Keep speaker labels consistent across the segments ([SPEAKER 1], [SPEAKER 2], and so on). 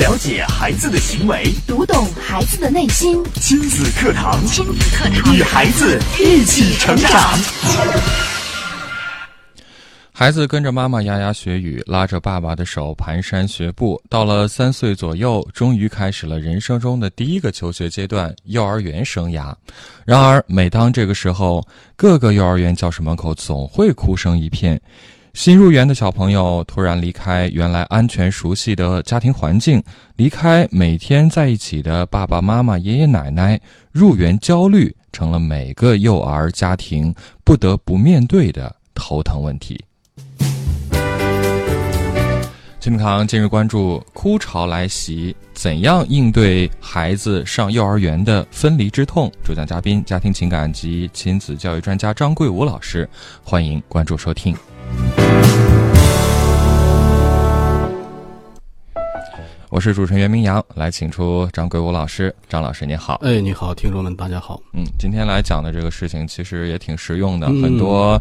[SPEAKER 1] 了解孩子的行为，
[SPEAKER 2] 读懂孩子的内心，
[SPEAKER 1] 亲子课堂，
[SPEAKER 2] 亲子课堂
[SPEAKER 1] 与孩子一起成长。
[SPEAKER 3] 孩子跟着妈妈牙牙学语，拉着爸爸的手蹒跚学步。到了三岁左右，终于开始了人生中的第一个求学阶段——幼儿园生涯。然而，每当这个时候，各个幼儿园教室门口总会哭声一片。新入园的小朋友突然离开原来安全熟悉的家庭环境，离开每天在一起的爸爸妈妈、爷爷奶奶，入园焦虑成了每个幼儿家庭不得不面对的头疼问题。金堂近日关注哭潮来袭，怎样应对孩子上幼儿园的分离之痛？主讲嘉宾：家庭情感及亲子教育专家张桂武老师，欢迎关注收听。我是主持人袁明阳，来请出张桂武老师。张老师您好，
[SPEAKER 4] 哎，你好，听众们，大家好。
[SPEAKER 3] 嗯，今天来讲的这个事情其实也挺实用的，
[SPEAKER 4] 嗯
[SPEAKER 3] 很多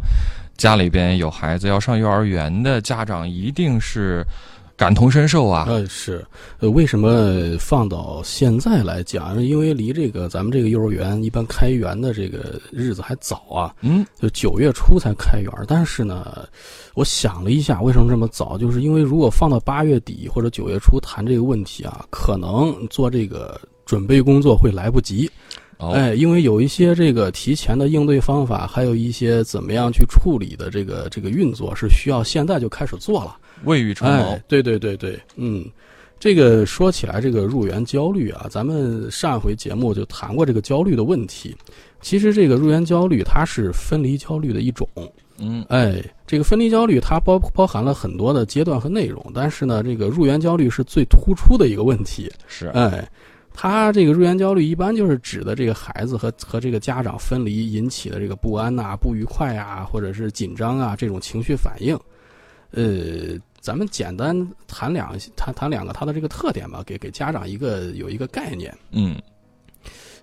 [SPEAKER 3] 家里边有孩子要上幼儿园的家长一定是感同身受啊。
[SPEAKER 4] 呃，是，呃，为什么放到现在来讲？因为离这个咱们这个幼儿园一般开园的这个日子还早啊，
[SPEAKER 3] 嗯
[SPEAKER 4] 就九月初才开园。但是呢，我想了一下，为什么这么早？就是因为如果放到八月底或者九月初谈这个问题啊，可能做这个准备工作会来不及。
[SPEAKER 3] 哦，
[SPEAKER 4] 哎，因为有一些这个提前的应对方法，还有一些怎么样去处理的这个这个运作，是需要现在就开始做了。
[SPEAKER 3] 未雨绸缪
[SPEAKER 4] 哎。，对对对对，嗯，这个说起来，这个入园焦虑啊，咱们上回节目就谈过这个焦虑的问题。其实这个入园焦虑，它是分离焦虑的一种。
[SPEAKER 3] 嗯
[SPEAKER 4] 哎，这个分离焦虑它包包含了很多的阶段和内容，但是呢，这个入园焦虑是最突出的一个问题。
[SPEAKER 3] 是，
[SPEAKER 4] 哎，他这个入园焦虑一般就是指的这个孩子和和这个家长分离引起的这个不安呐、不愉快啊，或者是紧张啊这种情绪反应。呃，咱们简单谈两谈谈两个它的这个特点吧，给给家长一个有一个概念。
[SPEAKER 3] 嗯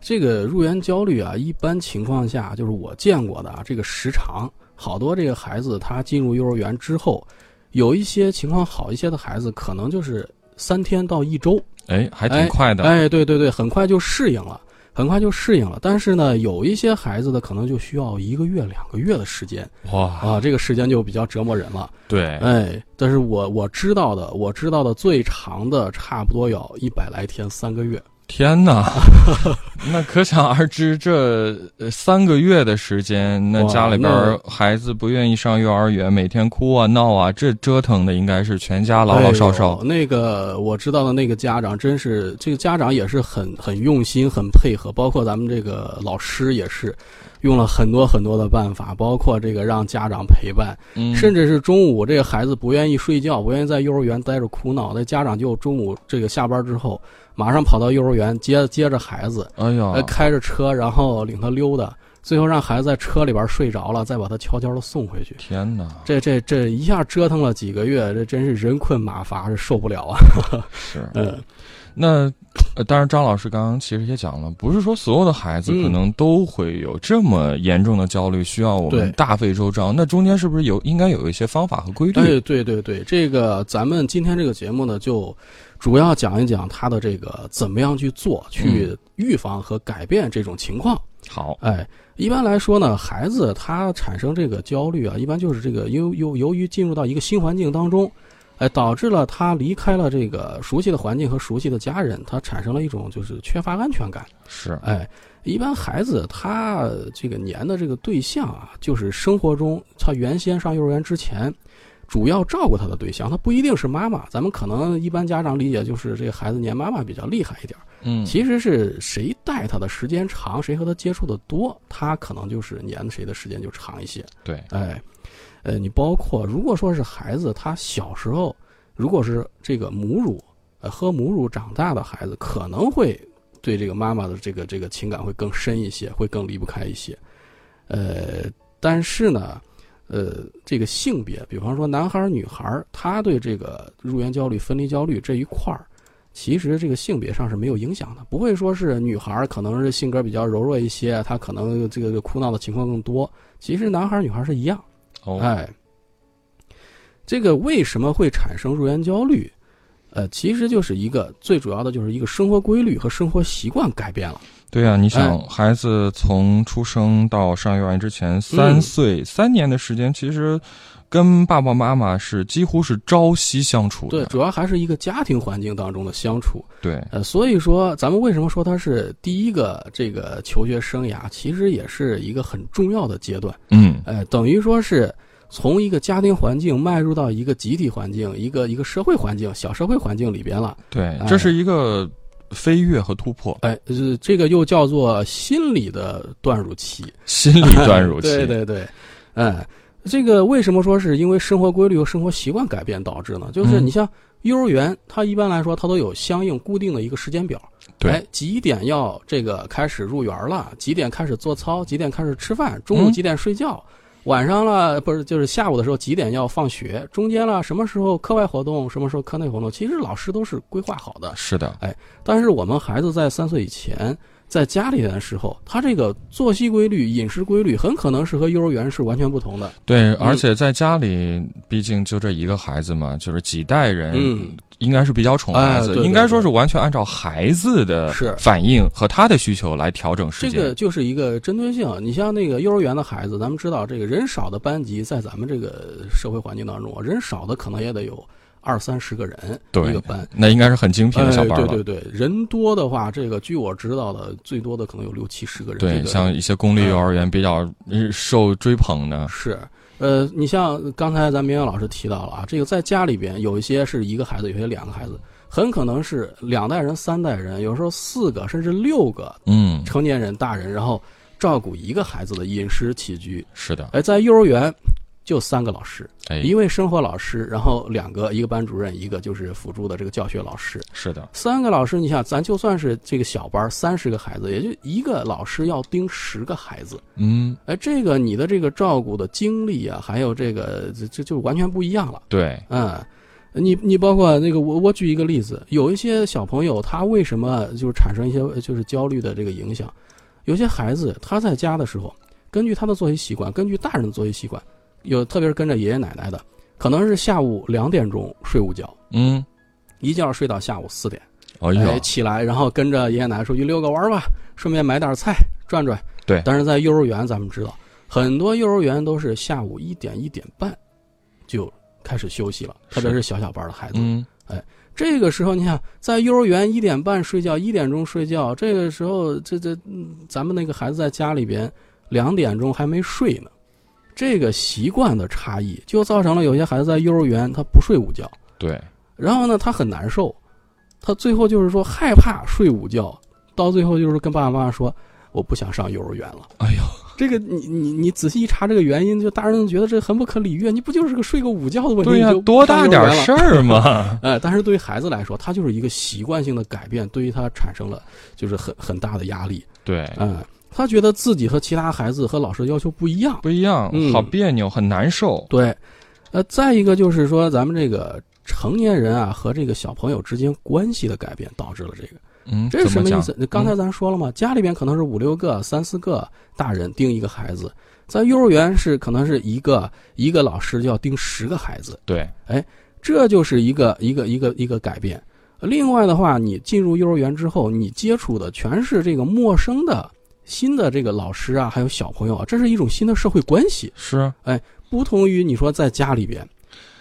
[SPEAKER 4] 这个入园焦虑啊，一般情况下就是我见过的啊，这个时长，好多这个孩子他进入幼儿园之后，有一些情况好一些的孩子，可能就是三天到一周。
[SPEAKER 3] 哎，还挺快的。
[SPEAKER 4] 哎，对对对，很快就适应了，很快就适应了。但是呢，有一些孩子的可能就需要一个月、两个月的时间
[SPEAKER 3] 哇，
[SPEAKER 4] 啊，这个时间就比较折磨人了。
[SPEAKER 3] 对，
[SPEAKER 4] 哎，但是我我知道的，我知道的最长的差不多有一百来天，三个月。
[SPEAKER 3] 天 哪，那可想而知，这呃三个月的时间，那
[SPEAKER 4] 哇
[SPEAKER 3] 家里边
[SPEAKER 4] 那
[SPEAKER 3] 儿孩子不愿意上幼儿园，每天哭啊闹啊，这折腾的应该是全家老老少少
[SPEAKER 4] 哎呦。那个我知道的那个家长，真是这个家长也是很很用心、很配合，包括咱们这个老师也是，用了很多很多的办法，包括这个让家长陪伴。
[SPEAKER 3] 嗯，
[SPEAKER 4] 甚至是中午这个孩子不愿意睡觉，不愿意在幼儿园待着哭闹，那家长就中午这个下班之后，马上跑到幼儿园接接着孩子，
[SPEAKER 3] 哎
[SPEAKER 4] 呃，
[SPEAKER 3] 呦，
[SPEAKER 4] 开着车然后领他溜达，最后让孩子在车里边睡着了，再把他悄悄的送回去。
[SPEAKER 3] 天哪，
[SPEAKER 4] 这这这一下折腾了几个月，这真是人困马乏，是受不了啊！
[SPEAKER 3] 是
[SPEAKER 4] 嗯，
[SPEAKER 3] 那。呃，当然，张老师刚刚其实也讲了，不是说所有的孩子
[SPEAKER 4] 嗯
[SPEAKER 3] 可能都会有这么严重的焦虑，需要我们
[SPEAKER 4] 对
[SPEAKER 3] 大费周章。那中间是不是有应该有一些方法和规律？
[SPEAKER 4] 哎，对对对，这个咱们今天这个节目呢，就主要讲一讲他的这个怎么样去做，去预防和改变这种情况。
[SPEAKER 3] 好，
[SPEAKER 4] 哎，一般来说呢，孩子他产生这个焦虑啊，一般就是这个由由由于进入到一个新环境当中，哎，导致了他离开了这个熟悉的环境和熟悉的家人，他产生了一种就是缺乏安全感。
[SPEAKER 3] 是，
[SPEAKER 4] 哎，一般孩子他这个粘的这个对象啊，就是生活中他原先上幼儿园之前。主要照顾他的对象，他不一定是妈妈。咱们可能一般家长理解就是这个孩子粘妈妈比较厉害一点。
[SPEAKER 3] 嗯，
[SPEAKER 4] 其实是谁带他的时间长，谁和他接触的多，他可能就是粘谁的时间就长一些。
[SPEAKER 3] 对，
[SPEAKER 4] 哎，呃，你包括如果说是孩子，他小时候如果是这个母乳，呃，喝母乳长大的孩子，可能会对这个妈妈的这个这个情感会更深一些，会更离不开一些。呃，但是呢，呃，这个性别，比方说男孩儿、女孩儿，他对这个入园焦虑、分离焦虑这一块儿。其实这个性别上是没有影响的，不会说是女孩儿可能是性格比较柔弱一些，她可能这个哭闹的情况更多，其实男孩儿女孩儿是一样，哎
[SPEAKER 3] 哦，
[SPEAKER 4] 哎，这个为什么会产生入园焦虑？呃，其实就是一个最主要的就是一个生活规律和生活习惯改变了。
[SPEAKER 3] 对呀、你
[SPEAKER 4] 哎
[SPEAKER 3] 想，孩子从出生到上幼儿园之
[SPEAKER 4] 嗯
[SPEAKER 3] 前，三岁、三年的时间，其实跟爸爸妈妈是几乎是朝夕相处
[SPEAKER 4] 对
[SPEAKER 3] 的，。
[SPEAKER 4] 主要还是一个家庭环境当中的相处。
[SPEAKER 3] 对，
[SPEAKER 4] 呃，所以说咱们为什么说它是第一个这个求学生涯，其实也是一个很重要的阶段。
[SPEAKER 3] 嗯，
[SPEAKER 4] 呃，等于说是从一个家庭环境迈入到一个集体环境、一个一个社会环境、小社会环境里边了。
[SPEAKER 3] 对
[SPEAKER 4] 哎，
[SPEAKER 3] 这是一个飞跃和突破，
[SPEAKER 4] 哎、呃，这个又叫做心理的断乳期。
[SPEAKER 3] 心理断乳期。
[SPEAKER 4] 哎对对对，嗯，这个为什么说是因为生活规律和生活习惯改变导致呢？就是
[SPEAKER 3] 嗯
[SPEAKER 4] 你像幼儿园，它一般来说它都有相应固定的一个时间表，
[SPEAKER 3] 对
[SPEAKER 4] 哎，几点要这个开始入园了，几点开始做操，几点开始吃饭，中午
[SPEAKER 3] 嗯
[SPEAKER 4] 几点睡觉。晚上了，不是就是下午的时候几点要放学？中间了，什么时候课外活动，什么时候课内活动？其实老师都是规划好的，
[SPEAKER 3] 是的，
[SPEAKER 4] 但是我们孩子在三岁以前在家里的时候，他这个作息规律、饮食规律很可能是和幼儿园是完全不同的。
[SPEAKER 3] 对，而且在家里，毕竟就这一个孩子嘛，就是几代人
[SPEAKER 4] 嗯，
[SPEAKER 3] 应该是比较宠
[SPEAKER 4] 哎
[SPEAKER 3] 孩子
[SPEAKER 4] 对，对
[SPEAKER 3] 应该说是完全按照孩子的
[SPEAKER 4] 是
[SPEAKER 3] 反应和他的需求来调整时
[SPEAKER 4] 这
[SPEAKER 3] 间
[SPEAKER 4] 个。就是一个针对性。啊你像那个幼儿园的孩子，咱们知道这个人少的班级，在咱们这个社会环境当中，啊人少的可能也得有二三十个人
[SPEAKER 3] 对
[SPEAKER 4] 一个班。
[SPEAKER 3] 那应该是很精品
[SPEAKER 4] 哎
[SPEAKER 3] 的小，班了。
[SPEAKER 4] 对对对，人多的话，这个据我知道的，最多的可能有六七十个人。这
[SPEAKER 3] 对，
[SPEAKER 4] 个
[SPEAKER 3] 像一些公立幼儿园比较呃受追捧的，
[SPEAKER 4] 是，呃，你像刚才咱明远老师提到了啊，这个在家里边有一些是一个孩子，有些两个孩子，很可能是两代人、三代人，有时候四个甚至六个
[SPEAKER 3] 嗯，
[SPEAKER 4] 成年人、大人，然后照顾一个孩子的饮食起居。
[SPEAKER 3] 是的，
[SPEAKER 4] 哎，在幼儿园就三个老师，
[SPEAKER 3] 哎，
[SPEAKER 4] 一位生活老师，然后两个，一个班主任，一个就是辅助的这个教学老师。
[SPEAKER 3] 是的，
[SPEAKER 4] 三个老师，你想，咱就算是这个小班三十个孩子，也就一个老师要盯十个孩子。
[SPEAKER 3] 嗯，
[SPEAKER 4] 哎，这个你的这个照顾的精力啊，还有这个这这就完全不一样了。
[SPEAKER 3] 对，
[SPEAKER 4] 嗯，你你包括那个我我举一个例子，有一些小朋友他为什么就是产生一些呃就是焦虑的这个影响？有些孩子他在家的时候，根据他的作息习惯，根据大人的作息习惯，有特别是跟着爷爷奶奶的，可能是下午两点钟睡午觉，
[SPEAKER 3] 嗯，
[SPEAKER 4] 一觉睡到下午四点，
[SPEAKER 3] 哎
[SPEAKER 4] 哎
[SPEAKER 3] 呦，
[SPEAKER 4] 起来，然后跟着爷爷奶奶出去遛个弯儿吧，顺便买点菜转转。
[SPEAKER 3] 对
[SPEAKER 4] 但是在幼儿园，咱们知道很多幼儿园都是下午一点一点半就开始休息了，特别
[SPEAKER 3] 是
[SPEAKER 4] 是小小班的孩子。
[SPEAKER 3] 嗯，
[SPEAKER 4] 这个时候，你想在幼儿园一点半睡觉，一点钟睡觉，这个时候这这、嗯咱们那个孩子在家里边两点钟还没睡呢，这个习惯的差异就造成了有些孩子在幼儿园他不睡午觉。
[SPEAKER 3] 对，
[SPEAKER 4] 然后呢，他很难受，他最后就是说害怕睡午觉，到最后就是跟爸爸妈妈说，我不想上幼儿园了。
[SPEAKER 3] 哎呦，
[SPEAKER 4] 这个你你你仔细一查这个原因，就大人觉得这很不可理喻，你不就是个睡个午觉的问题？
[SPEAKER 3] 对呀
[SPEAKER 4] 你就，
[SPEAKER 3] 多大点事
[SPEAKER 4] 儿？
[SPEAKER 3] 儿嘛，
[SPEAKER 4] 呃，但是对于孩子来说，他就是一个习惯性的改变，对于他产生了就是很很大的压力。
[SPEAKER 3] 对，
[SPEAKER 4] 嗯、他觉得自己和其他孩子和老师要求不一样。
[SPEAKER 3] 不一样，
[SPEAKER 4] 嗯
[SPEAKER 3] 好别扭，很难受，
[SPEAKER 4] 对，呃，再一个就是说，咱们这个成年人啊和这个小朋友之间关系的改变导致了这个。
[SPEAKER 3] 嗯，
[SPEAKER 4] 这是什
[SPEAKER 3] 怎
[SPEAKER 4] 么
[SPEAKER 3] 讲
[SPEAKER 4] 意思？你刚才咱说了嘛，家里边可能是五六个、三四个大人盯一个孩子，在幼儿园是可能是一个一个老师就要盯十个孩子，
[SPEAKER 3] 对，
[SPEAKER 4] 这就是一个一个一个一个改变。另外的话，你进入幼儿园之后，你接触的全是这个陌生的、新的这个老师啊，还有小朋友啊，这是一种新的社会关系，
[SPEAKER 3] 是啊
[SPEAKER 4] 不同于你说在家里边，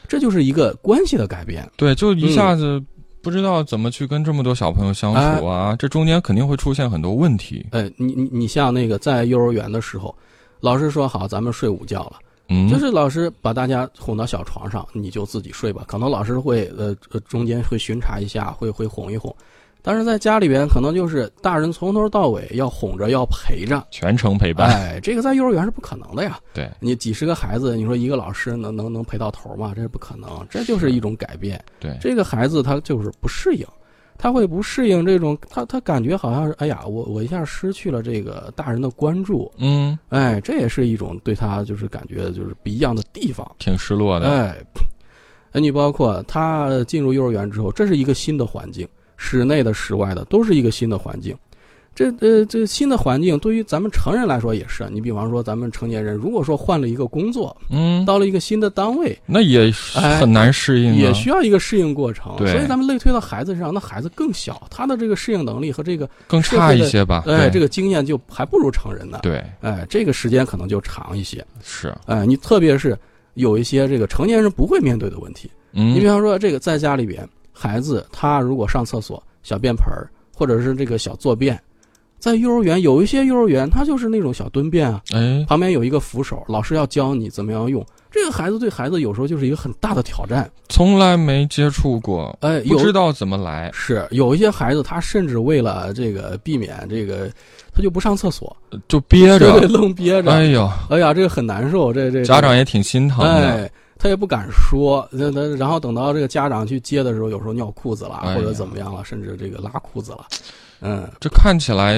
[SPEAKER 4] 这就是一个关系的改变。
[SPEAKER 3] 对，就一下
[SPEAKER 4] 嗯
[SPEAKER 3] 子不知道怎么去跟这么多小朋友相
[SPEAKER 4] 哎
[SPEAKER 3] 处啊，这中间肯定会出现很多问题，
[SPEAKER 4] 呃，你你你像那个在幼儿园的时候，老师说好咱们睡午觉了。
[SPEAKER 3] 嗯
[SPEAKER 4] 就，是老师把大家哄到小床上，你就自己睡吧。可能老师会呃呃中间会巡查一下，会会哄一哄。但是在家里边，可能就是大人从头到尾要哄着，要陪着。
[SPEAKER 3] 全程陪伴，
[SPEAKER 4] 哎，这个在幼儿园是不可能的呀。
[SPEAKER 3] 对，
[SPEAKER 4] 你几十个孩子，你说一个老师能能能陪到头吗？这是不可能。这就是一种改变。
[SPEAKER 3] 对，
[SPEAKER 4] 这个孩子他就是不适应，他会不适应这种，他他感觉好像是哎呀，我我一下失去了这个大人的关注。
[SPEAKER 3] 嗯，
[SPEAKER 4] 哎，这也是一种对他就是感觉就是不一样的地方。
[SPEAKER 3] 挺失落的，
[SPEAKER 4] 哎，哎，你包括他进入幼儿园之后，这是一个新的环境，室内的、室外的都是一个新的环境。这呃这新的环境对于咱们成人来说也是，啊你比方说咱们成年人，如果说换了一个工作，
[SPEAKER 3] 嗯，
[SPEAKER 4] 到了一个新的单位，
[SPEAKER 3] 那也是
[SPEAKER 4] 哎
[SPEAKER 3] 很难适应、啊
[SPEAKER 4] 也需要一个适应过程。
[SPEAKER 3] 对
[SPEAKER 4] 所以咱们类推到孩子身上，那孩子更小，他的这个适应能力和这个
[SPEAKER 3] 更差一些吧？
[SPEAKER 4] 哎
[SPEAKER 3] 啊对
[SPEAKER 4] 这个经验就还不如成人呢。
[SPEAKER 3] 对
[SPEAKER 4] 哎，这个时间可能就长一些。
[SPEAKER 3] 是，
[SPEAKER 4] 哎，你特别是有一些这个成年人不会面对的问题，
[SPEAKER 3] 嗯，
[SPEAKER 4] 你比方说这个在家里边，孩子他如果上厕所小便盆儿，或者是这个小坐便，在幼儿园有一些幼儿园他就是那种小蹲便啊，
[SPEAKER 3] 哎，
[SPEAKER 4] 旁边有一个扶手，老师要教你怎么样用。这个孩子对孩子有时候就是一个很大的挑战，
[SPEAKER 3] 从来没接触过，
[SPEAKER 4] 哎，
[SPEAKER 3] 不
[SPEAKER 4] 有
[SPEAKER 3] 知道怎么来，
[SPEAKER 4] 是有一些孩子他甚至为了这个避免这个，他就不上厕所，
[SPEAKER 3] 就憋着
[SPEAKER 4] 对，对，愣憋着，
[SPEAKER 3] 哎呦，
[SPEAKER 4] 哎呀，这个很难受，这这
[SPEAKER 3] 家长也挺心疼的，
[SPEAKER 4] 哎，他也不敢说，那那然后等到这个家长去接的时候，有时候尿裤子了，
[SPEAKER 3] 哎呀
[SPEAKER 4] 或者怎么样了，甚至这个拉裤子了，嗯，
[SPEAKER 3] 这看起来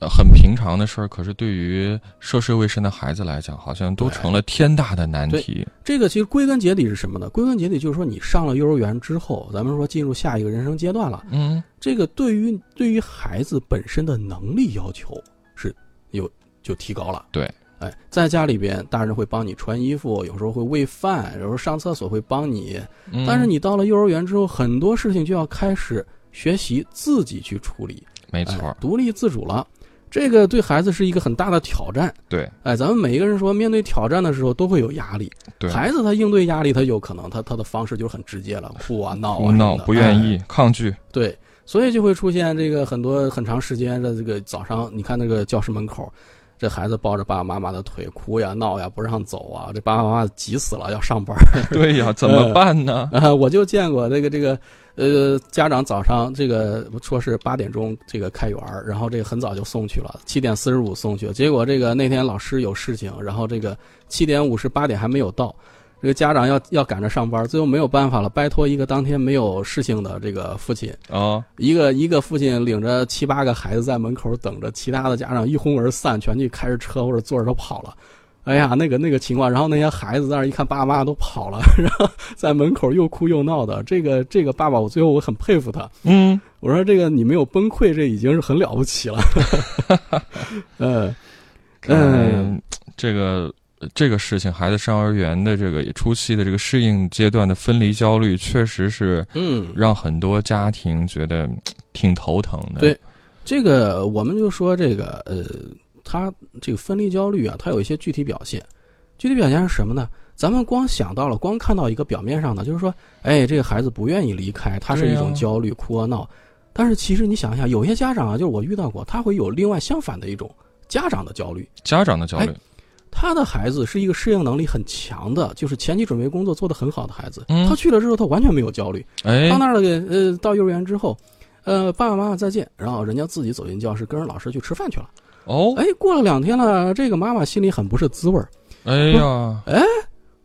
[SPEAKER 3] 呃很平常的事儿，可是对于涉世未深的孩子来讲，好像都
[SPEAKER 4] 对
[SPEAKER 3] 成了天大的难题。
[SPEAKER 4] 这个其实归根结底是什么呢？归根结底就是说，你上了幼儿园之后，咱们说进入下一个人生阶段了，
[SPEAKER 3] 嗯，
[SPEAKER 4] 这个对于对于孩子本身的能力要求是有就提高了，
[SPEAKER 3] 对。
[SPEAKER 4] 哎，在家里边，大人会帮你穿衣服，有时候会喂饭，有时候上厕所会帮你，
[SPEAKER 3] 嗯
[SPEAKER 4] 但是你到了幼儿园之后，很多事情就要开始学习自己去处理，没
[SPEAKER 3] 没错儿，
[SPEAKER 4] 哎独立自主了。这个对孩子是一个很大的挑战，
[SPEAKER 3] 对
[SPEAKER 4] 哎，咱们每一个人说，面对挑战的时候都会有压力。
[SPEAKER 3] 对，
[SPEAKER 4] 孩子他应对压力，他有可能他他的方式就是很直接了，哭啊闹啊
[SPEAKER 3] 无
[SPEAKER 4] 什么
[SPEAKER 3] 脑
[SPEAKER 4] 的
[SPEAKER 3] 不愿
[SPEAKER 4] 哎
[SPEAKER 3] 意 抗拒，
[SPEAKER 4] 对，所以就会出现这个很多很长时间的这个早上，你看那个教室门口，这孩子抱着爸爸妈妈的腿哭呀闹呀不让走啊，这爸爸妈妈急死了要上班儿
[SPEAKER 3] 对呀，怎么办呢？
[SPEAKER 4] 啊！我就见过这个这个呃家长早上这个说是八点钟这个开园儿，然后这个很早就送去了，七点四十五送去，结果这个那天老师有事情，然后这个七点五十八点还没有到。这个家长要要赶着上班，最后没有办法了，拜托一个当天没有事情的这个父亲，
[SPEAKER 3] 啊，
[SPEAKER 4] 一个一个父亲领着七八个孩子在门口等着，其他的家长一哄而散，全去开着车或者坐着都跑了。哎呀，那个那个情况，然后那些孩子在那儿一看，爸妈都跑了， 然后在门口又哭又闹的。这个这个爸爸，我最后我很佩服他，
[SPEAKER 3] 嗯，
[SPEAKER 4] 我说这个你没有崩溃，这已经是很了不起了。 嗯嗯
[SPEAKER 3] 嗯，这个这个事情，孩子上幼儿园的这个初期的这个适应阶段的分离焦虑，确实是
[SPEAKER 4] 嗯，
[SPEAKER 3] 让很多家庭觉得嗯挺头疼的。
[SPEAKER 4] 对这个我们就说这个呃，他这个分离焦虑啊，它有一些具体表现。具体表现是什么呢？咱们光想到了，光看到一个表面上的，就是说，哎，这个孩子不愿意离开，他是一
[SPEAKER 3] 对
[SPEAKER 4] 种
[SPEAKER 3] 呀
[SPEAKER 4] 焦虑、哭啊闹。但是其实你想一下，有些家长啊，就是我遇到过，他会有另外相反的一种家长的焦虑。
[SPEAKER 3] 家长的焦虑，
[SPEAKER 4] 他的孩子是一个适应能力很强的，就是前期准备工作做得很好的孩子。
[SPEAKER 3] 嗯
[SPEAKER 4] 他去了之后，他完全没有焦虑，
[SPEAKER 3] 哎，
[SPEAKER 4] 到那儿了给呃到幼儿园之后，呃爸爸妈妈再见，然后人家自己走进教室跟着老师去吃饭去了。
[SPEAKER 3] 哦，
[SPEAKER 4] 哎，过了两天了，这个妈妈心里很不是滋味儿。
[SPEAKER 3] 哎呀，
[SPEAKER 4] 嗯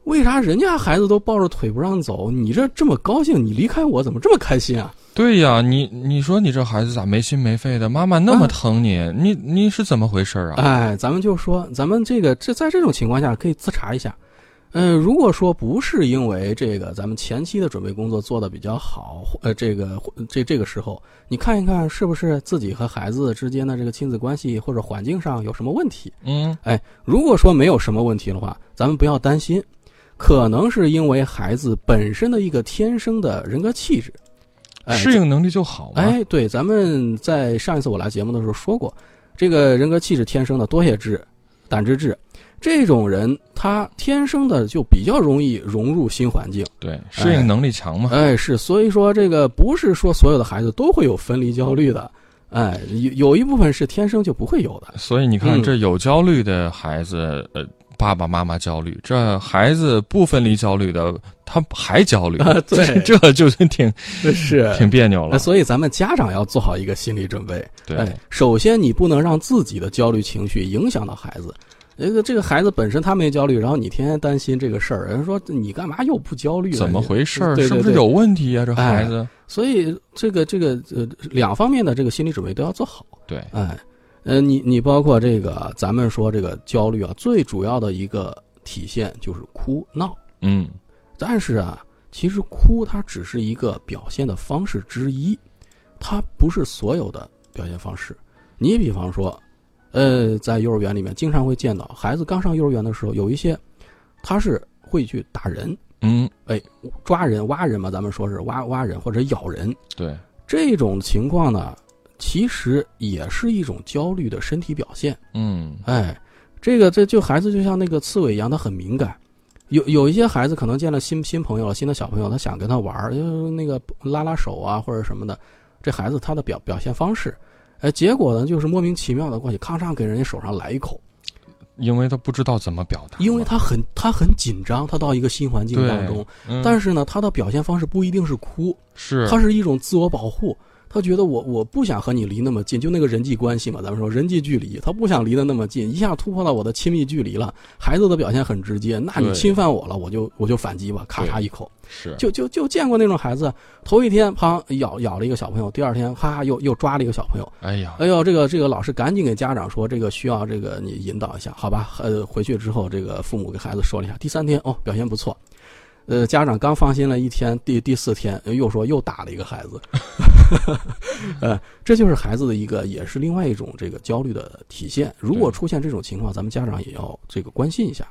[SPEAKER 4] 为啥人家孩子都抱着腿不让走，你这这么高兴？你离开我怎么这么开心啊？
[SPEAKER 3] 对呀，你你说你这孩子咋没心没肺的？妈妈那么
[SPEAKER 4] 啊
[SPEAKER 3] 疼你，你你是怎么回事啊？
[SPEAKER 4] 哎，咱们就说，咱们这个这在这种情况下可以自查一下。呃，如果说不是因为这个咱们前期的准备工作做得比较好，或呃，这个或这这个时候，你看一看是不是自己和孩子之间的这个亲子关系或者环境上有什么问题？
[SPEAKER 3] 嗯，
[SPEAKER 4] 哎，如果说没有什么问题的话，咱们不要担心，可能是因为孩子本身的一个天生的人格气质，哎，
[SPEAKER 3] 适应能力就好嘛。
[SPEAKER 4] 哎，对，咱们在上一次我来节目的时候说过，这个人格气质天生的多血质、胆汁质，这种人他天生的就比较容易融入新环境。
[SPEAKER 3] 对，适应能力强嘛。
[SPEAKER 4] 哎，是，所以说这个不是说所有的孩子都会有分离焦虑的，哎，有有一部分是天生就不会有的。
[SPEAKER 3] 呃所以你看，
[SPEAKER 4] 嗯
[SPEAKER 3] 这有焦虑的孩子，呃，爸爸妈妈焦虑；这孩子不分离焦虑的，他还焦虑
[SPEAKER 4] 啊，对
[SPEAKER 3] 这这就是挺
[SPEAKER 4] 是
[SPEAKER 3] 挺别扭
[SPEAKER 4] 哎
[SPEAKER 3] 了。
[SPEAKER 4] 所以咱们家长要做好一个心理准备。
[SPEAKER 3] 对
[SPEAKER 4] 哎，，首先你不能让自己的焦虑情绪影响到孩子。这个这个孩子本身他没焦虑，然后你天天担心这个事儿，人说你干嘛又不焦虑了？
[SPEAKER 3] 怎么回事儿？
[SPEAKER 4] 对对
[SPEAKER 3] 是不是
[SPEAKER 4] 对哎
[SPEAKER 3] 有问题呀？这孩子，
[SPEAKER 4] 所以这个这个呃两方面的这个心理准备都要做好。
[SPEAKER 3] 对，
[SPEAKER 4] 哎，呃，你你包括这个咱们说这个焦虑啊，最主要的一个体现就是哭闹。
[SPEAKER 3] 嗯，
[SPEAKER 4] 但是啊，其实哭它只是一个表现的方式之一，它不是所有的表现方式。你比方说，呃，在幼儿园里面经常会见到孩子刚上幼儿园的时候，有一些他是会去打人、
[SPEAKER 3] 嗯，
[SPEAKER 4] 抓人、挖人嘛，咱们说是挖挖人或者咬人
[SPEAKER 3] 对，
[SPEAKER 4] 这种情况呢，其实也是一种焦虑的身体表现。
[SPEAKER 3] 嗯
[SPEAKER 4] 哎，这个这就孩子就像那个刺猬一样，他很敏感。有有一些孩子可能见了新新朋友了，新的小朋友，他想跟他玩儿，就是那个拉拉手啊或者什么的。这孩子他的表表现方式，哎，结果呢就是莫名其妙的过去，咔嚓给人家手上来一口，
[SPEAKER 3] 因为他不知道怎么表达嘛，
[SPEAKER 4] 因为他很他很紧张，他到一个新环境
[SPEAKER 3] 对
[SPEAKER 4] 当中，，
[SPEAKER 3] 嗯
[SPEAKER 4] 但是呢，他的表现方式不一定是哭，
[SPEAKER 3] 是
[SPEAKER 4] 它是一种自我保护。他觉得我我不想和你离那么近，就那个人际关系嘛，咱们说人际距离，他不想离得那么近，一下突破到我的亲密距离了。孩子的表现很直接，那你
[SPEAKER 3] 对
[SPEAKER 4] 侵犯我了，我就我就反击吧，咔嚓
[SPEAKER 3] 对
[SPEAKER 4] 一口，
[SPEAKER 3] 是，
[SPEAKER 4] 就就就见过那种孩子，头一天啪咬咬了一个小朋友，第二天哈哈又又抓了一个小朋友，
[SPEAKER 3] 哎呀，
[SPEAKER 4] 哎呦，这个这个老师赶紧给家长说，这个需要这个你引导一下，好吧？呃，回去之后，这个父母给孩子说了一下，第三天哦，表现不错。呃，家长刚放心了一天，第第四天呃又说又打了一个孩子， 呃，这就是孩子的一个，也是另外一种这个焦虑的体现。如果
[SPEAKER 3] 对
[SPEAKER 4] 出现这种情况，咱们家长也要这个关心一下。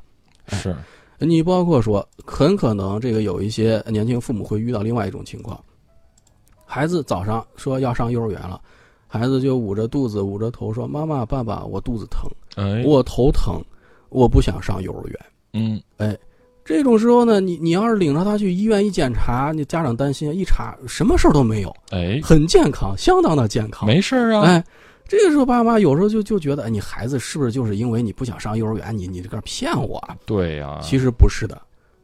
[SPEAKER 3] 是，
[SPEAKER 4] 你包括说，很可能这个有一些年轻父母会遇到另外一种情况：孩子早上说要上幼儿园了，孩子就捂着肚子、捂着头说：“妈妈、爸爸，我肚子疼，
[SPEAKER 3] 哎，
[SPEAKER 4] 我头疼，我不想上幼儿园。
[SPEAKER 3] 嗯，”
[SPEAKER 4] 这种时候呢，你你要是领着他去医院一检查，你家长担心一查什么事儿都没有，
[SPEAKER 3] 哎，
[SPEAKER 4] 很健康，相当的健康。
[SPEAKER 3] 没事儿啊，
[SPEAKER 4] 哎，这个时候爸妈有时候就就觉得，哎，你孩子是不是就是因为你不想上幼儿园，你你这个骗我啊？
[SPEAKER 3] 对呀，
[SPEAKER 4] 其实不是的，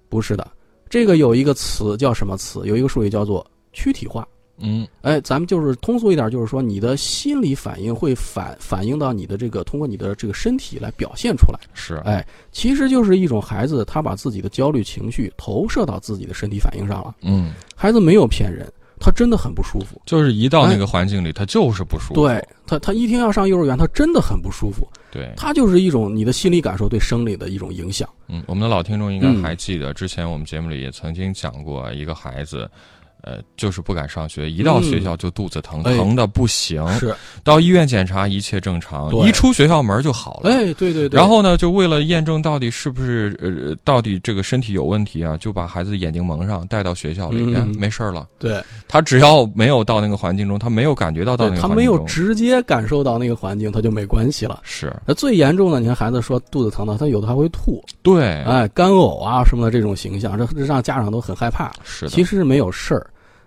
[SPEAKER 4] 不是的。这个有一个词叫什么词？有一个术语叫做躯体化。
[SPEAKER 3] 嗯，
[SPEAKER 4] 哎，咱们就是通俗一点，就是说你的心理反应会反反映到你的这个通过你的这个身体来表现出来。
[SPEAKER 3] 是，
[SPEAKER 4] 哎，其实就是一种孩子他把自己的焦虑情绪投射到自己的身体反应上了。
[SPEAKER 3] 嗯，
[SPEAKER 4] 孩子没有骗人，他真的很不舒服。
[SPEAKER 3] 就是一到那个环境里，他就是不舒服，
[SPEAKER 4] 对他，他一听要上幼儿园，他真的很不舒服。
[SPEAKER 3] 对，
[SPEAKER 4] 他就是一种你的心理感受对生理的一种影响。
[SPEAKER 3] 嗯，我们的老听众应该
[SPEAKER 4] 嗯
[SPEAKER 3] 还记得，之前我们节目里也曾经讲过一个孩子。呃，就是不敢上学，一到学校就肚子疼，
[SPEAKER 4] 哎
[SPEAKER 3] 疼的不行。
[SPEAKER 4] 是，
[SPEAKER 3] 到医院检查一切正常，
[SPEAKER 4] 对
[SPEAKER 3] 一出学校门就好了。
[SPEAKER 4] 哎，对对对。
[SPEAKER 3] 然后呢，就为了验证到底是不是呃，到底这个身体有问题啊，就把孩子眼睛蒙上，带到学校里边，
[SPEAKER 4] 嗯
[SPEAKER 3] 没事儿了。
[SPEAKER 4] 对，
[SPEAKER 3] 他只要没有到那个环境中，他没有感觉到到
[SPEAKER 4] 对
[SPEAKER 3] 那个
[SPEAKER 4] 他
[SPEAKER 3] 环境中，
[SPEAKER 4] 没有直接感受到那个环境，他就没关系了。
[SPEAKER 3] 是
[SPEAKER 4] 那最严重的，你看孩子说肚子疼的，他有的还会吐，
[SPEAKER 3] 对，
[SPEAKER 4] 哎，干呕啊什么的这种形象，这这让家长都很害怕。
[SPEAKER 3] 是的，
[SPEAKER 4] 其实没有事儿，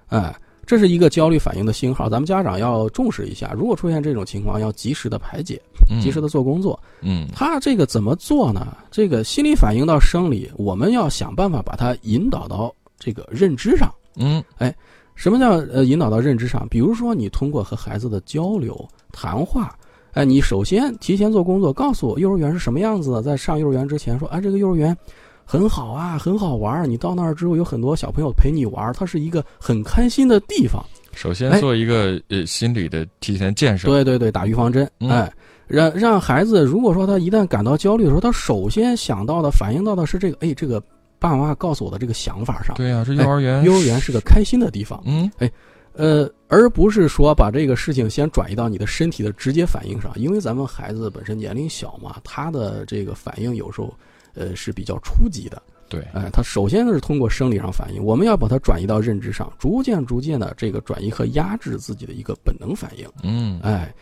[SPEAKER 4] 哎，这是一个焦虑反应的信号，咱们家长要重视一下。如果出现这种情况，要及时的排解，
[SPEAKER 3] 嗯
[SPEAKER 4] 及时的做工作。
[SPEAKER 3] 嗯
[SPEAKER 4] 他这个怎么做呢？这个心理反应到生理，我们要想办法把它引导到这个认知上。
[SPEAKER 3] 嗯
[SPEAKER 4] 什么叫呃引导到认知上？比如说，你通过和孩子的交流、谈话，哎，你首先提前做工作，告诉我幼儿园是什么样子的，在上幼儿园之前说，啊，这个幼儿园很好啊，很好玩儿。你到那儿之后，有很多小朋友陪你玩儿，它是一个很开心的地方。
[SPEAKER 3] 首先
[SPEAKER 4] 哎
[SPEAKER 3] 做一个、呃心理的提前建设，
[SPEAKER 4] 对对对，打预防针，
[SPEAKER 3] 嗯
[SPEAKER 4] 哎，让让孩子，如果说他一旦感到焦虑的时候，他首先想到的、反映到的是这个，哎，这个爸爸妈妈告诉我的这个想法上，
[SPEAKER 3] 对呀、这幼儿园、
[SPEAKER 4] 哎幼儿园是个开心的地方。
[SPEAKER 3] 嗯
[SPEAKER 4] 呃，而不是说把这个事情先转移到你的身体的直接反应上，因为咱们孩子本身年龄小嘛，他的这个反应有时候，呃，是比较初级的。
[SPEAKER 3] 对，
[SPEAKER 4] 哎、他首先是通过生理上反应，我们要把它转移到认知上，逐渐逐渐的这个转移和压制自己的一个本能反应。
[SPEAKER 3] 嗯
[SPEAKER 4] 哎，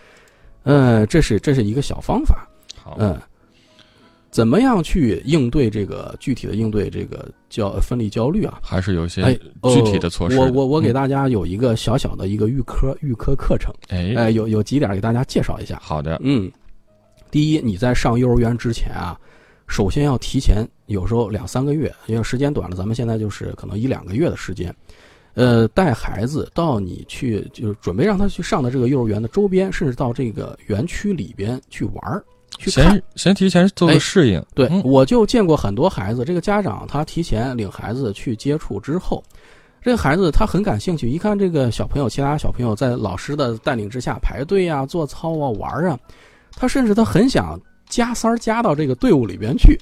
[SPEAKER 4] 呃，这是这是一个小方法。
[SPEAKER 3] 好
[SPEAKER 4] 嗯，怎么样去应对这个具体的应对这个焦分离焦虑啊？
[SPEAKER 3] 还是有一些
[SPEAKER 4] 哎，
[SPEAKER 3] 具体的措施的
[SPEAKER 4] 我我我给
[SPEAKER 3] 嗯
[SPEAKER 4] 大家有一个小小的一个预科预科课程，
[SPEAKER 3] 哎
[SPEAKER 4] 哎，有有几点给大家介绍一下。
[SPEAKER 3] 好的
[SPEAKER 4] 嗯，第一，你在上幼儿园之前啊，首先要提前，有时候两三个月，因为时间短了，咱们现在就是可能一两个月的时间，呃，带孩子到你去就是准备让他去上的这个幼儿园的周边，甚至到这个园区里边去玩儿。去看
[SPEAKER 3] 先，先提前做个
[SPEAKER 4] 哎
[SPEAKER 3] 适应，
[SPEAKER 4] 对、
[SPEAKER 3] 嗯
[SPEAKER 4] 我就见过很多孩子，这个家长他提前领孩子去接触之后，这个孩子他很感兴趣，一看这个小朋友，其他小朋友在老师的带领之下排队啊、做操啊、玩儿啊，他甚至他很想加塞儿加到这个队伍里边去。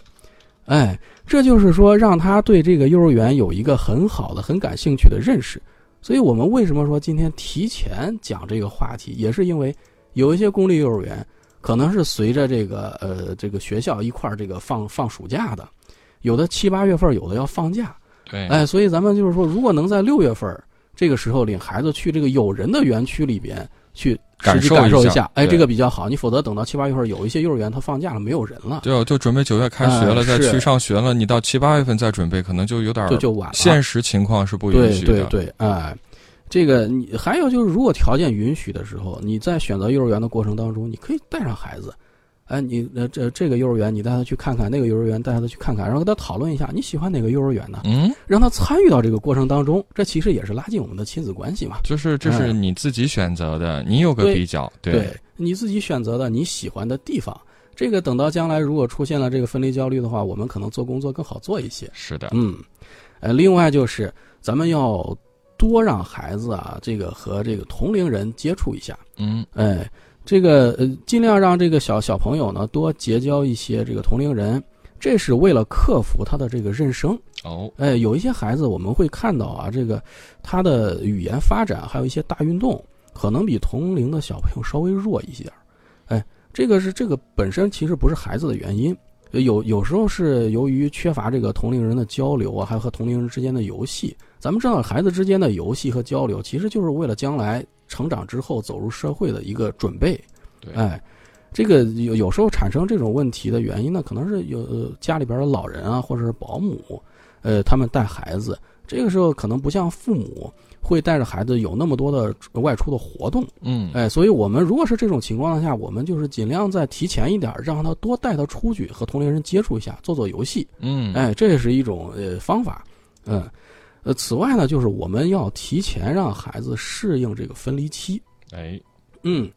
[SPEAKER 4] 哎，这就是说让他对这个幼儿园有一个很好的、很感兴趣的认识。所以我们为什么说今天提前讲这个话题，也是因为有一些公立幼儿园可能是随着这个呃这个学校一块儿这个放放暑假的，有的七八月份儿有的要放假，
[SPEAKER 3] 对，
[SPEAKER 4] 哎，所以咱们就是说，如果能在六月份儿这个时候领孩子去这个有人的园区里边去实际
[SPEAKER 3] 感受
[SPEAKER 4] 感受
[SPEAKER 3] 一
[SPEAKER 4] 一
[SPEAKER 3] 下
[SPEAKER 4] 下，哎，
[SPEAKER 3] 对
[SPEAKER 4] 这个比较好。你否则等到七八月份儿有一些幼儿园它放假了，没有人了，
[SPEAKER 3] 就就准备九月开学了，
[SPEAKER 4] 哎
[SPEAKER 3] 再
[SPEAKER 4] 是
[SPEAKER 3] 去上学了，你到七八月份再准备，可能就有点儿
[SPEAKER 4] 就就晚了。
[SPEAKER 3] 现实情况是不允
[SPEAKER 4] 对
[SPEAKER 3] 许的。
[SPEAKER 4] 对对，哎，这个你还有就是，如果条件允许的时候，你在选择幼儿园的过程当中，你可以带上孩子，哎，你呃这这个幼儿园你带他去看看，那个幼儿园带他去看看，然后跟他讨论一下你喜欢哪个幼儿园呢，
[SPEAKER 3] 嗯，
[SPEAKER 4] 让他参与到这个过程当中，这其实也是拉近我们的亲子关系嘛。
[SPEAKER 3] 就是这是你自己选择的，你有个
[SPEAKER 4] 哎对
[SPEAKER 3] 比较，
[SPEAKER 4] 对你自己选择的你喜欢的地方，这个等到将来如果出现了这个分离焦虑的话，我们可能做工作更好做一些。
[SPEAKER 3] 是的，
[SPEAKER 4] 嗯，呃，另外就是咱们要多让孩子啊，这个和这个同龄人接触一下，
[SPEAKER 3] 嗯，
[SPEAKER 4] 哎，这个呃，尽量让这个小小朋友呢多结交一些这个同龄人，这是为了克服他的这个认生。
[SPEAKER 3] 哦，
[SPEAKER 4] 哎，有一些孩子我们会看到啊，这个他的语言发展还有一些大运动，可能比同龄的小朋友稍微弱一些儿。哎，这个是这个本身其实不是孩子的原因，有有时候是由于缺乏这个同龄人的交流啊，还有和同龄人之间的游戏。咱们知道，孩子之间的游戏和交流，其实就是为了将来成长之后走入社会的一个准备。
[SPEAKER 3] 对，
[SPEAKER 4] 哎，这个有有时候产生这种问题的原因呢，可能是有、呃家里边的老人啊，或者是保姆，呃，他们带孩子，这个时候可能不像父母会带着孩子有那么多的外出的活动，
[SPEAKER 3] 嗯，
[SPEAKER 4] 哎，所以我们如果是这种情况下，我们就是尽量在提前一点儿，让他多带他出去和同龄人接触一下，做做游戏，
[SPEAKER 3] 嗯，
[SPEAKER 4] 哎，这也是一种呃方法，嗯，呃，此外呢，就是我们要提前让孩子适应这个分离期，
[SPEAKER 3] 哎，
[SPEAKER 4] 嗯，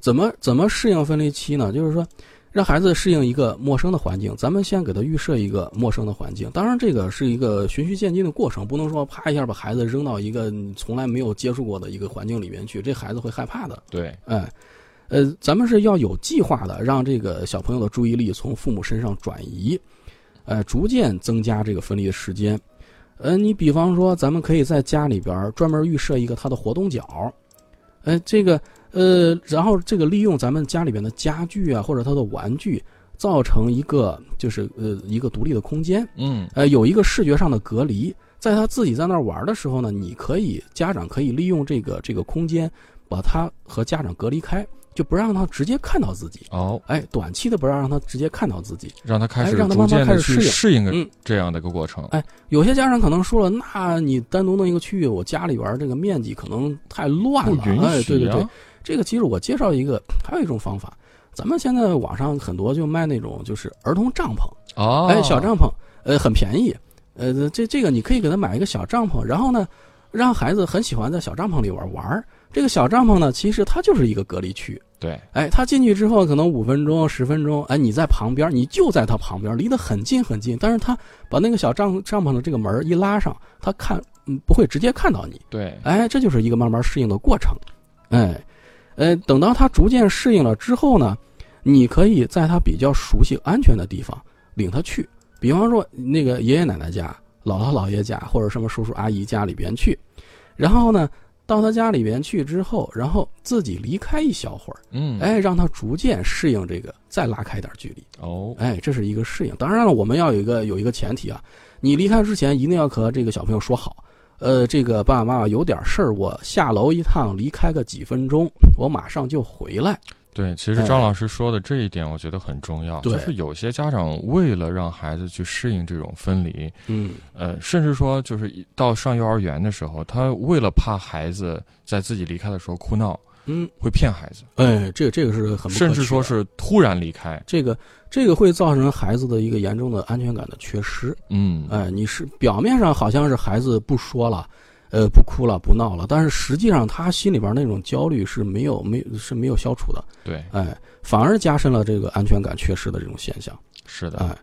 [SPEAKER 4] 怎么怎么适应分离期呢？就是说，让孩子适应一个陌生的环境，咱们先给他预设一个陌生的环境。当然，这个是一个循序渐进的过程，不能说啪一下把孩子扔到一个你从来没有接触过的一个环境里面去，这孩子会害怕的。
[SPEAKER 3] 对，
[SPEAKER 4] 哎，呃，咱们是要有计划的，让这个小朋友的注意力从父母身上转移，呃，逐渐增加这个分离的时间。呃，你比方说，咱们可以在家里边儿专门预设一个他的活动角，呃，这个呃，然后这个利用咱们家里边的家具啊，或者他的玩具，造成一个就是呃一个独立的空间，
[SPEAKER 3] 嗯，
[SPEAKER 4] 呃，有一个视觉上的隔离，在他自己在那儿玩的时候呢，你可以家长可以利用这个这个空间，把他和家长隔离开，就不让他直接看到自己。
[SPEAKER 3] 哦，
[SPEAKER 4] 哎，短期的不让让他直接看到自己。
[SPEAKER 3] 让他开
[SPEAKER 4] 哎
[SPEAKER 3] 始
[SPEAKER 4] 让他
[SPEAKER 3] 逐
[SPEAKER 4] 慢慢
[SPEAKER 3] 渐
[SPEAKER 4] 开
[SPEAKER 3] 的
[SPEAKER 4] 始
[SPEAKER 3] 去适应个
[SPEAKER 4] 嗯
[SPEAKER 3] 这样的一个过程，
[SPEAKER 4] 哎有些家长可能说了，那你单独弄一个区域，我家里边儿这个面积可能太乱
[SPEAKER 3] 不
[SPEAKER 4] 了。
[SPEAKER 3] 允许啊，
[SPEAKER 4] 哎，对对对，这个其实我介绍一个，还有一种方法，咱们现在网上很多就卖那种就是儿童帐篷。
[SPEAKER 3] 哦，
[SPEAKER 4] 哎，小帐篷，呃，很便宜，呃，这这个你可以给他买一个小帐篷，然后呢，让孩子很喜欢在小帐篷里玩玩儿。这个小帐篷呢，其实它就是一个隔离区，
[SPEAKER 3] 对，
[SPEAKER 4] 哎，他进去之后可能五分钟、十分钟，哎，你在旁边，你就在他旁边，离得很近很近，但是他把那个小帐帐篷的这个门儿一拉上，他看，嗯，不会直接看到你，
[SPEAKER 3] 对，
[SPEAKER 4] 哎，这就是一个慢慢适应的过程，哎，呃，等到他逐渐适应了之后呢，你可以在他比较熟悉、安全的地方领他去，比方说那个爷爷奶奶家、姥姥姥爷家或者什么叔叔阿姨家里边去，然后呢，到他家里边去之后，然后自己离开一小会儿，
[SPEAKER 3] 嗯，，
[SPEAKER 4] 哎，让他逐渐适应这个，再拉开一点距离。
[SPEAKER 3] 哦，
[SPEAKER 4] 哎，这是一个适应。当然了，我们要有一个有一个前提啊，你离开之前一定要和这个小朋友说好，呃，这个爸爸妈妈有点事儿，我下楼一趟，离开个几分钟，我马上就回来。
[SPEAKER 3] 对，其实
[SPEAKER 4] 哎
[SPEAKER 3] 张老师说的这一点，我觉得很重要。
[SPEAKER 4] 对
[SPEAKER 3] 就是有些家长为了让孩子去适应这种分离，
[SPEAKER 4] 嗯，
[SPEAKER 3] 呃，甚至说就是一到上幼儿园的时候，他为了怕孩子在自己离开的时候哭闹，
[SPEAKER 4] 嗯，
[SPEAKER 3] 会骗孩子，
[SPEAKER 4] 哎，这个这个是很不可
[SPEAKER 3] 甚至
[SPEAKER 4] 取啊
[SPEAKER 3] 说
[SPEAKER 4] 的
[SPEAKER 3] 是突然离开。
[SPEAKER 4] 这个这个会造成孩子的一个严重的安全感的缺失。
[SPEAKER 3] 嗯，
[SPEAKER 4] 哎，你是表面上好像是孩子不说了，呃，不哭了，不闹了，但是实际上他心里边那种焦虑是没有没是没有消除的，
[SPEAKER 3] 对，
[SPEAKER 4] 哎，反而加深了这个安全感缺失的这种现象。
[SPEAKER 3] 是的，
[SPEAKER 4] 哎，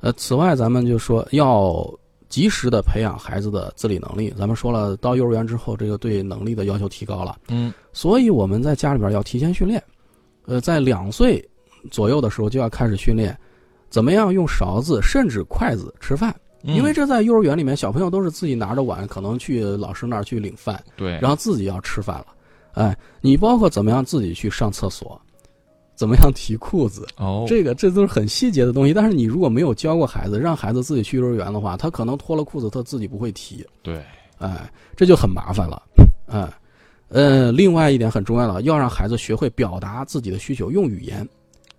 [SPEAKER 4] 呃，此外，咱们就说要及时的培养孩子的自理能力。咱们说了，到幼儿园之后，这个对能力的要求提高了，
[SPEAKER 3] 嗯，
[SPEAKER 4] 所以我们在家里边要提前训练。呃，在两岁左右的时候就要开始训练，怎么样用勺子甚至筷子吃饭，
[SPEAKER 3] 嗯
[SPEAKER 4] 因为这在幼儿园里面，小朋友都是自己拿着碗，可能去老师那儿去领饭，
[SPEAKER 3] 对，
[SPEAKER 4] 然后自己要吃饭了。哎，你包括怎么样自己去上厕所，怎么样提裤子，
[SPEAKER 3] 哦，
[SPEAKER 4] 这个这都是很细节的东西。但是你如果没有教过孩子，让孩子自己去幼儿园的话，他可能脱了裤子他自己不会提，
[SPEAKER 3] 对，
[SPEAKER 4] 哎，这就很麻烦了，哎，呃，另外一点很重要的，要让孩子学会表达自己的需求，用语言。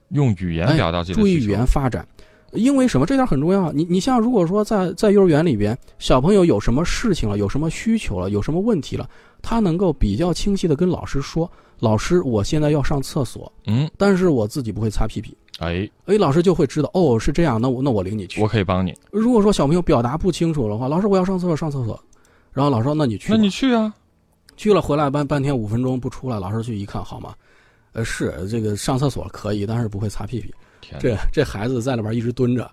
[SPEAKER 3] 用语言
[SPEAKER 4] 哎
[SPEAKER 3] 表达自己的
[SPEAKER 4] 注意
[SPEAKER 3] 需求。
[SPEAKER 4] 语言发展。因为什么？这点很重要。啊你你像如果说在在幼儿园里边，小朋友有什么事情了，有什么需求了，有什么问题了，他能够比较清晰的跟老师说：“老师，我现在要上厕所，
[SPEAKER 3] 嗯，
[SPEAKER 4] 但是我自己不会擦屁屁。”
[SPEAKER 3] 哎，
[SPEAKER 4] 哎，老师就会知道哦，是这样，那我那我领你去
[SPEAKER 3] 我。可以帮你，
[SPEAKER 4] 如果说小朋友表达不清楚的话，老师我要上厕所，上厕所，然后老师说那你去吧，
[SPEAKER 3] 那你去啊。
[SPEAKER 4] 去了回来半半天五分钟不出来，老师去一看，好吗？呃，是这个上厕所可以，但是不会擦屁屁。
[SPEAKER 3] 天哪，
[SPEAKER 4] 这这孩子在里边一直蹲着，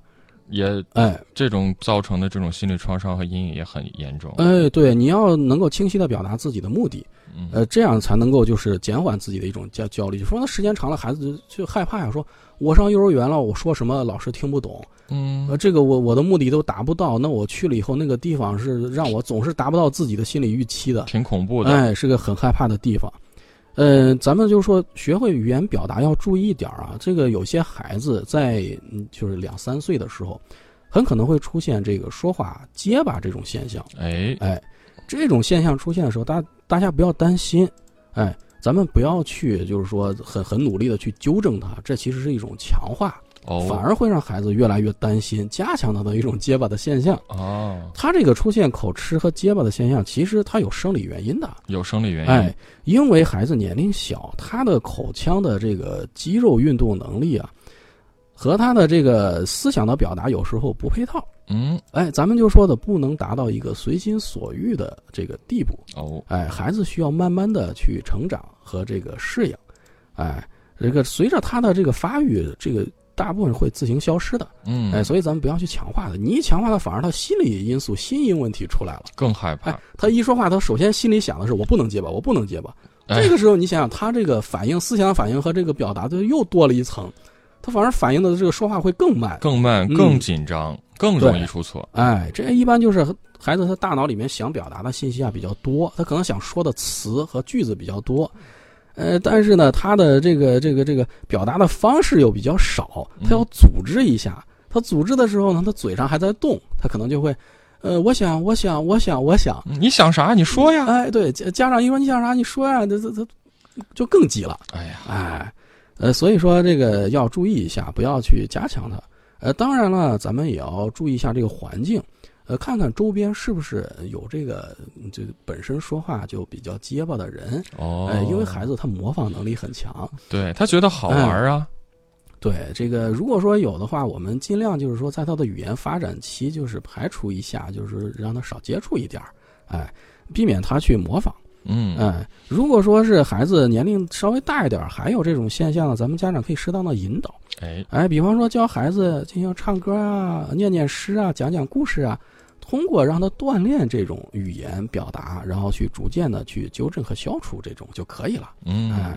[SPEAKER 3] 也
[SPEAKER 4] 哎，
[SPEAKER 3] 这种造成的这种心理创伤和阴影也很严重。
[SPEAKER 4] 哎，对，你要能够清晰的表达自己的目的，
[SPEAKER 3] 嗯，
[SPEAKER 4] 呃，这样才能够就是减缓自己的一种焦焦虑。说那时间长了，孩子就就害怕呀，说我上幼儿园了，我说什么老师听不懂，
[SPEAKER 3] 嗯
[SPEAKER 4] 呃，这个我我的目的都达不到，那我去了以后，那个地方是让我总是达不到自己的心理预期的，
[SPEAKER 3] 挺恐怖的。
[SPEAKER 4] 哎，是个很害怕的地方。呃，咱们就说学会语言表达要注意点儿啊。这个有些孩子在嗯就是两三岁的时候，很可能会出现这个说话结巴这种现象。
[SPEAKER 3] 哎，
[SPEAKER 4] 哎，这种现象出现的时候，大大家不要担心，哎，咱们不要去就是说很很努力的去纠正它，这其实是一种强化，反
[SPEAKER 3] 哦，
[SPEAKER 4] 而会让孩子越来越担心，加强他的一种结巴的现象。
[SPEAKER 3] 哦，
[SPEAKER 4] 他这个出现口吃和结巴的现象，其实它有生理原因的，
[SPEAKER 3] 有生理原因。
[SPEAKER 4] 哎，因为孩子年龄小，他的口腔的这个肌肉运动能力啊，和他的这个思想的表达有时候不配套。
[SPEAKER 3] 嗯，
[SPEAKER 4] 哎，咱们就说的不能达到一个随心所欲的这个地步。
[SPEAKER 3] 哦，
[SPEAKER 4] 哎，孩子需要慢慢的去成长和这个适应，哎，这个随着他的这个发育，这个大部分会自行消失的，
[SPEAKER 3] 嗯，
[SPEAKER 4] 哎，所以咱们不要去强化它，你一强化它，反而他心理因素、心因问题出来了。
[SPEAKER 3] 更害怕
[SPEAKER 4] 哎。，他一说话，他首先心里想的是我不能结巴，我不能结巴。
[SPEAKER 3] 哎
[SPEAKER 4] 这个时候，你想想他这个反应、思想反应和这个表达，就又多了一层，他反而反应的这个说话会更慢。
[SPEAKER 3] 更慢、
[SPEAKER 4] 嗯
[SPEAKER 3] 更紧张、更容易出错。
[SPEAKER 4] 哎，这一般就是孩子他大脑里面想表达的信息啊比较多，他可能想说的词和句子比较多，呃，但是呢，他的这个这个这个表达的方式又比较少，他要组织一下。他组织的时候呢，他嘴上还在动，他可能就会，呃，我想，我想，我想，我想。
[SPEAKER 3] 嗯你想啥？你说呀。
[SPEAKER 4] 哎，对，家家长一说你想啥，你说呀，这这这就更急了。
[SPEAKER 3] 哎呀，
[SPEAKER 4] 哎，呃，所以说这个要注意一下，不要去加强它。呃，当然了，咱们也要注意一下这个环境，呃，看看周边是不是有这个嗯就本身说话就比较结巴的人。
[SPEAKER 3] 哦
[SPEAKER 4] 哎，，因为孩子他模仿能力很强，
[SPEAKER 3] 对他觉得好玩啊，
[SPEAKER 4] 哎对这个如果说有的话，我们尽量就是说在他的语言发展期，就是排除一下，就是让他少接触一点儿，哎，避免他去模仿。
[SPEAKER 3] 嗯，
[SPEAKER 4] 哎，如果说是孩子年龄稍微大一点儿，还有这种现象呢，咱们家长可以适当的引导。
[SPEAKER 3] 哎，
[SPEAKER 4] 哎，比方说教孩子进行唱歌啊、念念诗啊、讲讲故事啊，通过让他锻炼这种语言表达，然后去逐渐的去纠正和消除这种就可以了。哎
[SPEAKER 3] 嗯，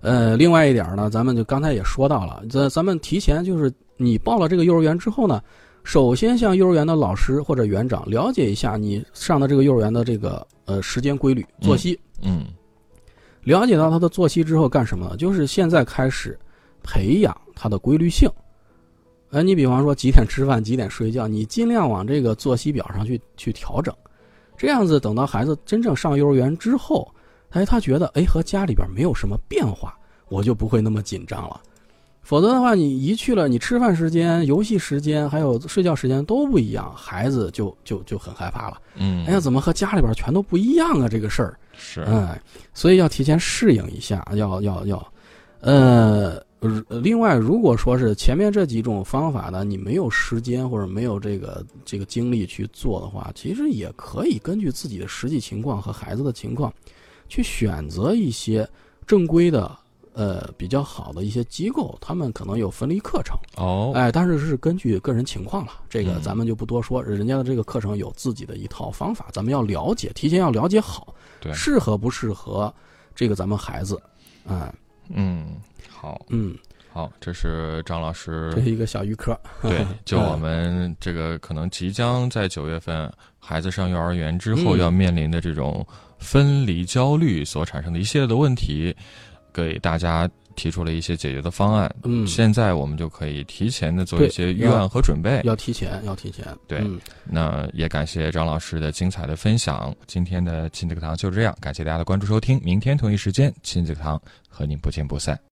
[SPEAKER 4] 呃，另外一点儿呢，咱们就刚才也说到了，咱咱们提前就是你报了这个幼儿园之后呢，首先向幼儿园的老师或者园长了解一下你上的这个幼儿园的这个呃时间规律、作息。
[SPEAKER 3] 嗯，
[SPEAKER 4] 了解到他的作息之后干什么呢？就是现在开始培养他的规律性。哎，你比方说几点吃饭，几点睡觉，你尽量往这个作息表上去去调整。这样子，等到孩子真正上幼儿园之后，哎，他觉得哎和家里边没有什么变化，我就不会那么紧张了。否则的话，你一去了，你吃饭时间、游戏时间还有睡觉时间都不一样，孩子就就就很害怕了。
[SPEAKER 3] 嗯，
[SPEAKER 4] 哎呀，怎么和家里边全都不一样啊？这个事儿。
[SPEAKER 3] 是，
[SPEAKER 4] 哎，所以要提前适应一下，要要要，呃，如另外，如果说是前面这几种方法呢，你没有时间或者没有这个这个精力去做的话，其实也可以根据自己的实际情况和孩子的情况，去选择一些正规的。呃，比较好的一些机构，他们可能有分离课程，
[SPEAKER 3] 哦，
[SPEAKER 4] 哎，但是是根据个人情况了，这个
[SPEAKER 3] 嗯
[SPEAKER 4] 咱们就不多说。人家的这个课程有自己的一套方法，咱们要了解，提前要了解好，
[SPEAKER 3] 对，
[SPEAKER 4] 适合不适合这个咱们孩子，啊、
[SPEAKER 3] 嗯，好，
[SPEAKER 4] 嗯，
[SPEAKER 3] 好，这是张老师
[SPEAKER 4] 这是一个小预科。
[SPEAKER 3] 对，就我们这个可能即将在九月份孩子上幼儿园之后
[SPEAKER 4] 嗯
[SPEAKER 3] 要面临的这种分离焦虑所产生的一系列的问题，给大家提出了一些解决的方案。
[SPEAKER 4] 嗯，
[SPEAKER 3] 现在我们就可以提前的做一
[SPEAKER 4] 对
[SPEAKER 3] 些预
[SPEAKER 4] 要
[SPEAKER 3] 案和准备。
[SPEAKER 4] 要提前，要提前。
[SPEAKER 3] 对
[SPEAKER 4] 嗯
[SPEAKER 3] 那也感谢张老师的精彩的分享。今天的亲子课堂就这样，感谢大家的关注收听。明天同一时间，亲子课堂和您不见不散。